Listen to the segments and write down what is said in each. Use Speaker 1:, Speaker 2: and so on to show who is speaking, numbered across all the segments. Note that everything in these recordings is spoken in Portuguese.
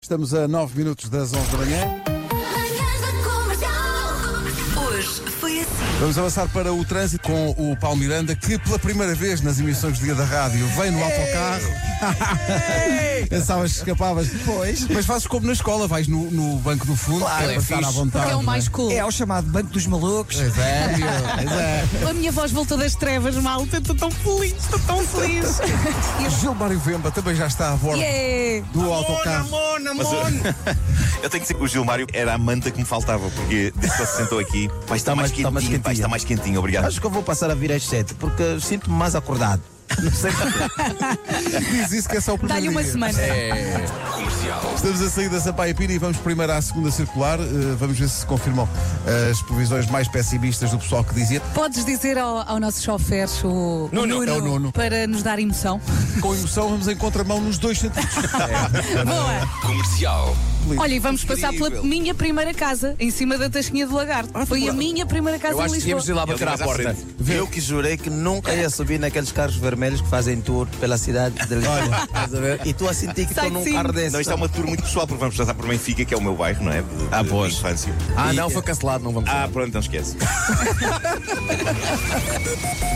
Speaker 1: Estamos a 9 minutos das 11 da manhã.
Speaker 2: Manhãs da Comercial. Hoje foi assim.
Speaker 1: Vamos avançar para o trânsito com o Paulo Miranda, que pela primeira vez nas emissões de dia da rádio vem no autocarro. Pensavas que escapavas.
Speaker 3: Pois.
Speaker 1: Mas fazes como na escola, vais no, no banco do fundo
Speaker 3: Claro,
Speaker 1: para
Speaker 3: é
Speaker 1: passar
Speaker 3: fixe,
Speaker 1: à vontade.
Speaker 4: Porque é o mais cool.
Speaker 3: É o chamado Banco dos Malucos.
Speaker 1: Pois é, meu, pois é.
Speaker 4: A minha voz voltou das trevas, malta. Estou tão feliz, estou tão feliz.
Speaker 1: E Gilmário Vemba também já está a bordo
Speaker 4: yeah.
Speaker 1: do autocarro.
Speaker 5: Mas eu, eu tenho que dizer que o Gilmário era a manta que me faltava, porque desde que ele se sentou aqui, vai estar mais
Speaker 6: está mais
Speaker 5: quentinho, vai
Speaker 6: quentinha.
Speaker 5: estar mais quentinho, obrigado.
Speaker 6: Acho que eu vou passar a vir às sete, porque sinto-me mais acordado. Não sei
Speaker 1: Diz isso que é só o primeiro
Speaker 4: Dá-lhe uma
Speaker 1: dia.
Speaker 4: semana.
Speaker 1: Estamos a sair da Sampaia Pina e vamos primeiro à segunda circular. Eh, vamos ver se se confirmam eh, as previsões mais pessimistas do pessoal que dizia.
Speaker 4: Podes dizer ao, ao nosso chofer o
Speaker 1: Nuno. É o Nuno.
Speaker 4: para nos dar emoção.
Speaker 1: Com emoção, vamos em contramão nos dois sentidos.
Speaker 4: Boa.
Speaker 7: Comercial.
Speaker 4: Olha, e vamos passar pela
Speaker 7: Incrível.
Speaker 4: minha primeira casa, em cima da Tasquinha de Lagarto. Foi a minha primeira casa
Speaker 7: Eu acho
Speaker 4: em
Speaker 7: que
Speaker 4: Lisboa.
Speaker 7: tínhamos de ir lá bater à
Speaker 5: mais à
Speaker 7: porta.
Speaker 5: frente.
Speaker 6: Eu que jurei que nunca ia subir naqueles carros vermelhos que fazem tour pela cidade de Lisboa. Estás a ver? e tu a sentir que estou num
Speaker 4: Sightseeing.
Speaker 6: carro desse.
Speaker 5: Não, isto é uma tour muito pessoal, porque vamos passar por Benfica, que é o meu bairro, não é? De,
Speaker 7: Ah,
Speaker 5: de-
Speaker 7: pois.
Speaker 5: de infância.
Speaker 7: Ah, não, foi cancelado, não vamos.
Speaker 5: Ah, pronto, não esquece.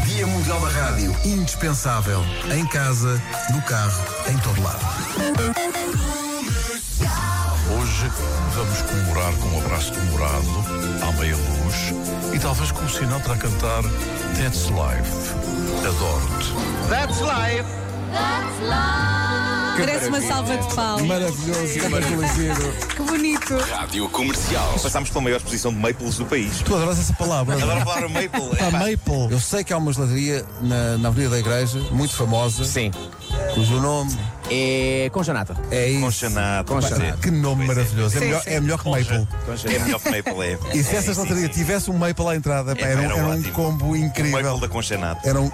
Speaker 8: Dia Mundial da Rádio. Indispensável. Em casa, no carro, em todo lado.
Speaker 9: Hoje vamos comemorar com o abraço do morado, à meia-luz e talvez com o Sinatra a cantar That's Life. Adoro-te.
Speaker 2: That's love.
Speaker 4: Parece uma salva de pau.
Speaker 1: Maravilhoso, maravilhoso.
Speaker 4: Que bonito.
Speaker 7: Rádio Comercial.
Speaker 5: Passámos pela maior exposição de Maples do país.
Speaker 1: Tu adoras essa palavra. não é?
Speaker 5: Adoro a palavra Maple.
Speaker 1: A
Speaker 5: Epá,
Speaker 1: Maple. Eu sei que há uma geladeria na, na Avenida da Igreja, muito famosa,
Speaker 7: Sim.
Speaker 1: cujo nome
Speaker 7: É com Janata.
Speaker 1: é isso. ah,
Speaker 5: Conchanato.
Speaker 7: Conchanato.
Speaker 1: Que nome
Speaker 5: Pois é.
Speaker 1: maravilhoso. É,
Speaker 4: Sim,
Speaker 1: melhor,
Speaker 4: sim.
Speaker 1: é melhor que Maple.
Speaker 5: É melhor que Maple, é.
Speaker 1: E se
Speaker 5: É,
Speaker 1: essa
Speaker 5: sim,
Speaker 1: geladeria
Speaker 5: sim.
Speaker 1: tivesse um Maple à entrada, pá,
Speaker 5: É,
Speaker 1: era, um-
Speaker 5: era
Speaker 1: era um
Speaker 5: ótimo.
Speaker 1: combo
Speaker 5: O Maple
Speaker 1: incrível.
Speaker 5: da Conchanato.
Speaker 1: Era um...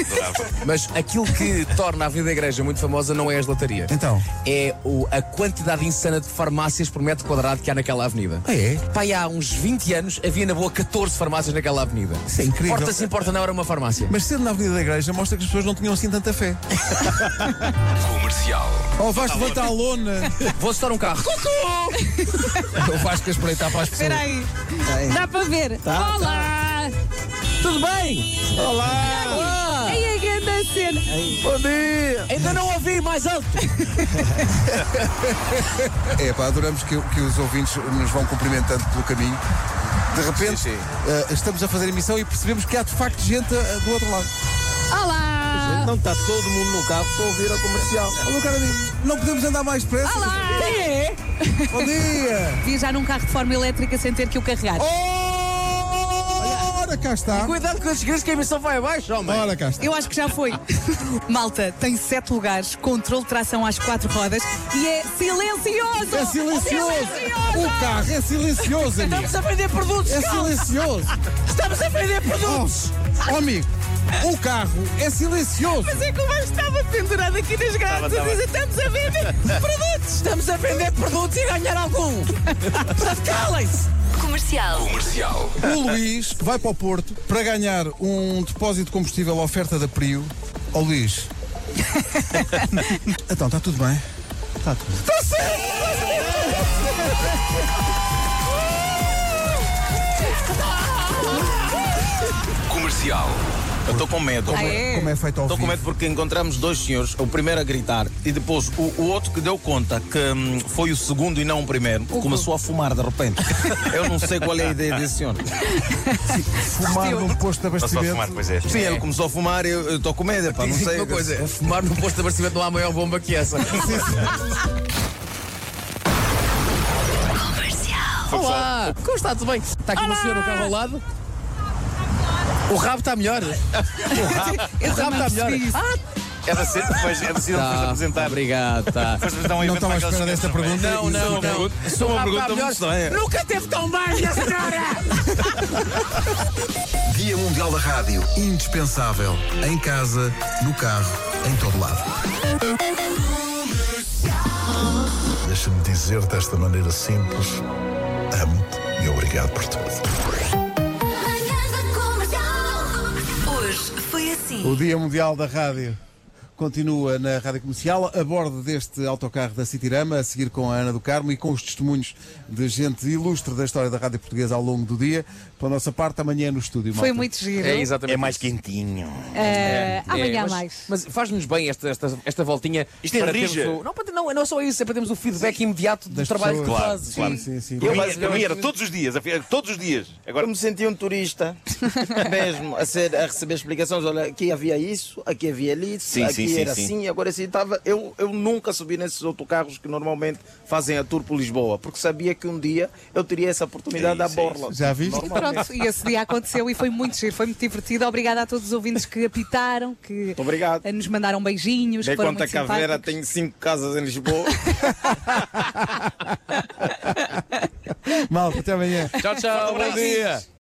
Speaker 5: Adorava.
Speaker 7: Mas aquilo que torna a vida da igreja muito famosa não é a gelataria.
Speaker 1: Então?
Speaker 7: É o- a quantidade insana de farmácias por metro quadrado que há naquela avenida.
Speaker 1: Ah, é?
Speaker 7: Pai, há uns 20 anos havia na boa 14 farmácias naquela avenida.
Speaker 1: Isso é incrível.
Speaker 7: Porta sim, porta não era uma farmácia.
Speaker 1: Mas sendo na Avenida da Igreja mostra que as pessoas não tinham assim tanta fé.
Speaker 7: Comercial.
Speaker 1: Oh, vais levantar a lona.
Speaker 7: Vou soltar um carro. o Vasco a espreitar para as pessoas.
Speaker 4: Espera aí. Dá para ver. Olá.
Speaker 6: Tudo bem?
Speaker 4: Olá. Ei, a grande cena.
Speaker 6: Bom dia!
Speaker 7: Ainda não ouvi mais alto.
Speaker 1: É pá, adoramos que, que os ouvintes nos vão cumprimentando pelo caminho. De repente,
Speaker 7: Sim, sim.
Speaker 1: eh, estamos a fazer emissão e percebemos que há de facto gente eh, do outro lado.
Speaker 4: Olá.
Speaker 6: Não está todo mundo no carro, estou a ouvir a comercial.
Speaker 1: O cara diz, não podemos andar mais depressa.
Speaker 4: Olá.
Speaker 1: Bom dia!
Speaker 4: Viajar num carro de forma elétrica sem ter que o carregar.
Speaker 1: Ora, cá está.
Speaker 7: Cuidado com esses gritos que a emissão vai abaixo, homem.
Speaker 1: Ora, cá está.
Speaker 4: Eu acho que já foi. Malta, tem sete lugares, controle de tração às quatro rodas e é silencioso!
Speaker 1: É silencioso!
Speaker 4: Silencioso! Então
Speaker 1: O carro é silencioso, amigo.
Speaker 7: Estamos a vender produtos,
Speaker 1: É silencioso.
Speaker 7: Estamos a vender produtos.
Speaker 1: Oh, amigo, o carro é silencioso.
Speaker 4: Mas é que o Vasco estava pendurado aqui nas grades a dizer estamos a vender produtos!
Speaker 7: Estamos a vender produtos e ganhar algum. Portanto, calem-se.
Speaker 2: Comercial.
Speaker 7: Comercial.
Speaker 1: O Luís vai para o Porto para ganhar um depósito de combustível à oferta da Prio. Ó Luís. então, está tudo bem? Está tudo. Está
Speaker 7: Comercial.
Speaker 6: Eu estou com medo.
Speaker 4: Ah, é?
Speaker 1: Como é feito ao
Speaker 6: Estou com
Speaker 1: vivo.
Speaker 6: medo porque encontramos dois senhores, o primeiro a gritar e depois o, o outro que deu conta que hum, foi o segundo e não o primeiro, começou a fumar de repente. Eu não sei qual é a ideia desse senhor.
Speaker 1: Fumar num um posto de
Speaker 5: Passou a fumar,
Speaker 1: abastecimento.
Speaker 5: pois é.
Speaker 6: Sim, ele começou a fumar, eu estou com medo, pá, não
Speaker 7: Dizem
Speaker 6: sei.
Speaker 7: é uma coisa, fumar num posto de abastecimento não há maior bomba que essa. Olá, como está? Tudo bem? Está aqui uma senhora no carro ao lado? O rabo está melhor.
Speaker 4: Eu
Speaker 7: O rabo
Speaker 4: também
Speaker 7: está melhor. Ah,
Speaker 4: percebi isso.
Speaker 5: É da cena, depois é da cena, depois de
Speaker 7: Tá,
Speaker 5: apresentar.
Speaker 7: Obrigado, tá.
Speaker 5: Depois de dar um
Speaker 1: Não
Speaker 5: evento
Speaker 1: estava à
Speaker 5: para aqueles
Speaker 1: espera desta
Speaker 5: senhores, não Ah, é?
Speaker 1: pergunta.
Speaker 7: Não, não, não.
Speaker 6: é
Speaker 7: Sou uma pergunta muito Nunca teve tão bem assim, a senhora.
Speaker 8: Dia Mundial da Rádio. Indispensável. Em casa, no carro, em todo lado.
Speaker 9: Deixa-me dizer desta maneira simples: amo-te e obrigado por tudo.
Speaker 2: Manhãs da Comercial. Hoje foi assim.
Speaker 1: O Dia Mundial da Rádio. continua na Rádio Comercial, a bordo deste autocarro da Citirama, a seguir com a Ana do Carmo e com os testemunhos de gente ilustre da história da Rádio Portuguesa ao longo do dia. Pela nossa parte, amanhã é no estúdio.
Speaker 4: Foi
Speaker 1: malta.
Speaker 4: muito giro.
Speaker 7: É exatamente.
Speaker 5: É mais
Speaker 7: isso.
Speaker 5: quentinho.
Speaker 3: é.
Speaker 4: Eh, amanhã
Speaker 7: É, mas,
Speaker 4: mais.
Speaker 7: Mas faz-nos bem esta, esta, esta voltinha.
Speaker 5: Isto é
Speaker 7: para termos
Speaker 5: rija.
Speaker 7: o- Não, para- não, não é só isso, é para termos o feedback imediato do
Speaker 1: Das
Speaker 7: trabalho
Speaker 1: pessoas.
Speaker 7: que
Speaker 5: Claro,
Speaker 7: fazes.
Speaker 5: claro.
Speaker 1: Sim, sim.
Speaker 5: Eu,
Speaker 7: Eu,
Speaker 5: para
Speaker 7: basicamente,
Speaker 5: mim era todos os dias, era todos os dias. Agora
Speaker 3: Eu me senti um turista, mesmo, a, ser- a receber explicações. Olha, aqui havia isso, aqui havia ali,
Speaker 5: Sim,
Speaker 3: aqui
Speaker 5: sim, sim,
Speaker 3: era
Speaker 5: sim.
Speaker 3: assim, agora assim. Tava, eu, eu nunca subi nesses autocarros que normalmente fazem a tour por Lisboa, porque sabia que um dia eu teria essa oportunidade
Speaker 5: É
Speaker 3: à
Speaker 5: isso, é
Speaker 3: borla.
Speaker 1: Já viste?
Speaker 4: E pronto, e esse dia aconteceu e foi muito giro, foi muito divertido. Obrigada a todos os ouvintes que apitaram, que
Speaker 3: obrigado.
Speaker 4: nos mandaram beijinhos. que
Speaker 3: Dei
Speaker 4: foram
Speaker 3: conta
Speaker 4: muito
Speaker 3: é que a Vera
Speaker 4: simpáticos.
Speaker 3: tem cinco casas em Lisboa.
Speaker 1: Malta, até amanhã.
Speaker 7: Tchau, tchau. Bom dia.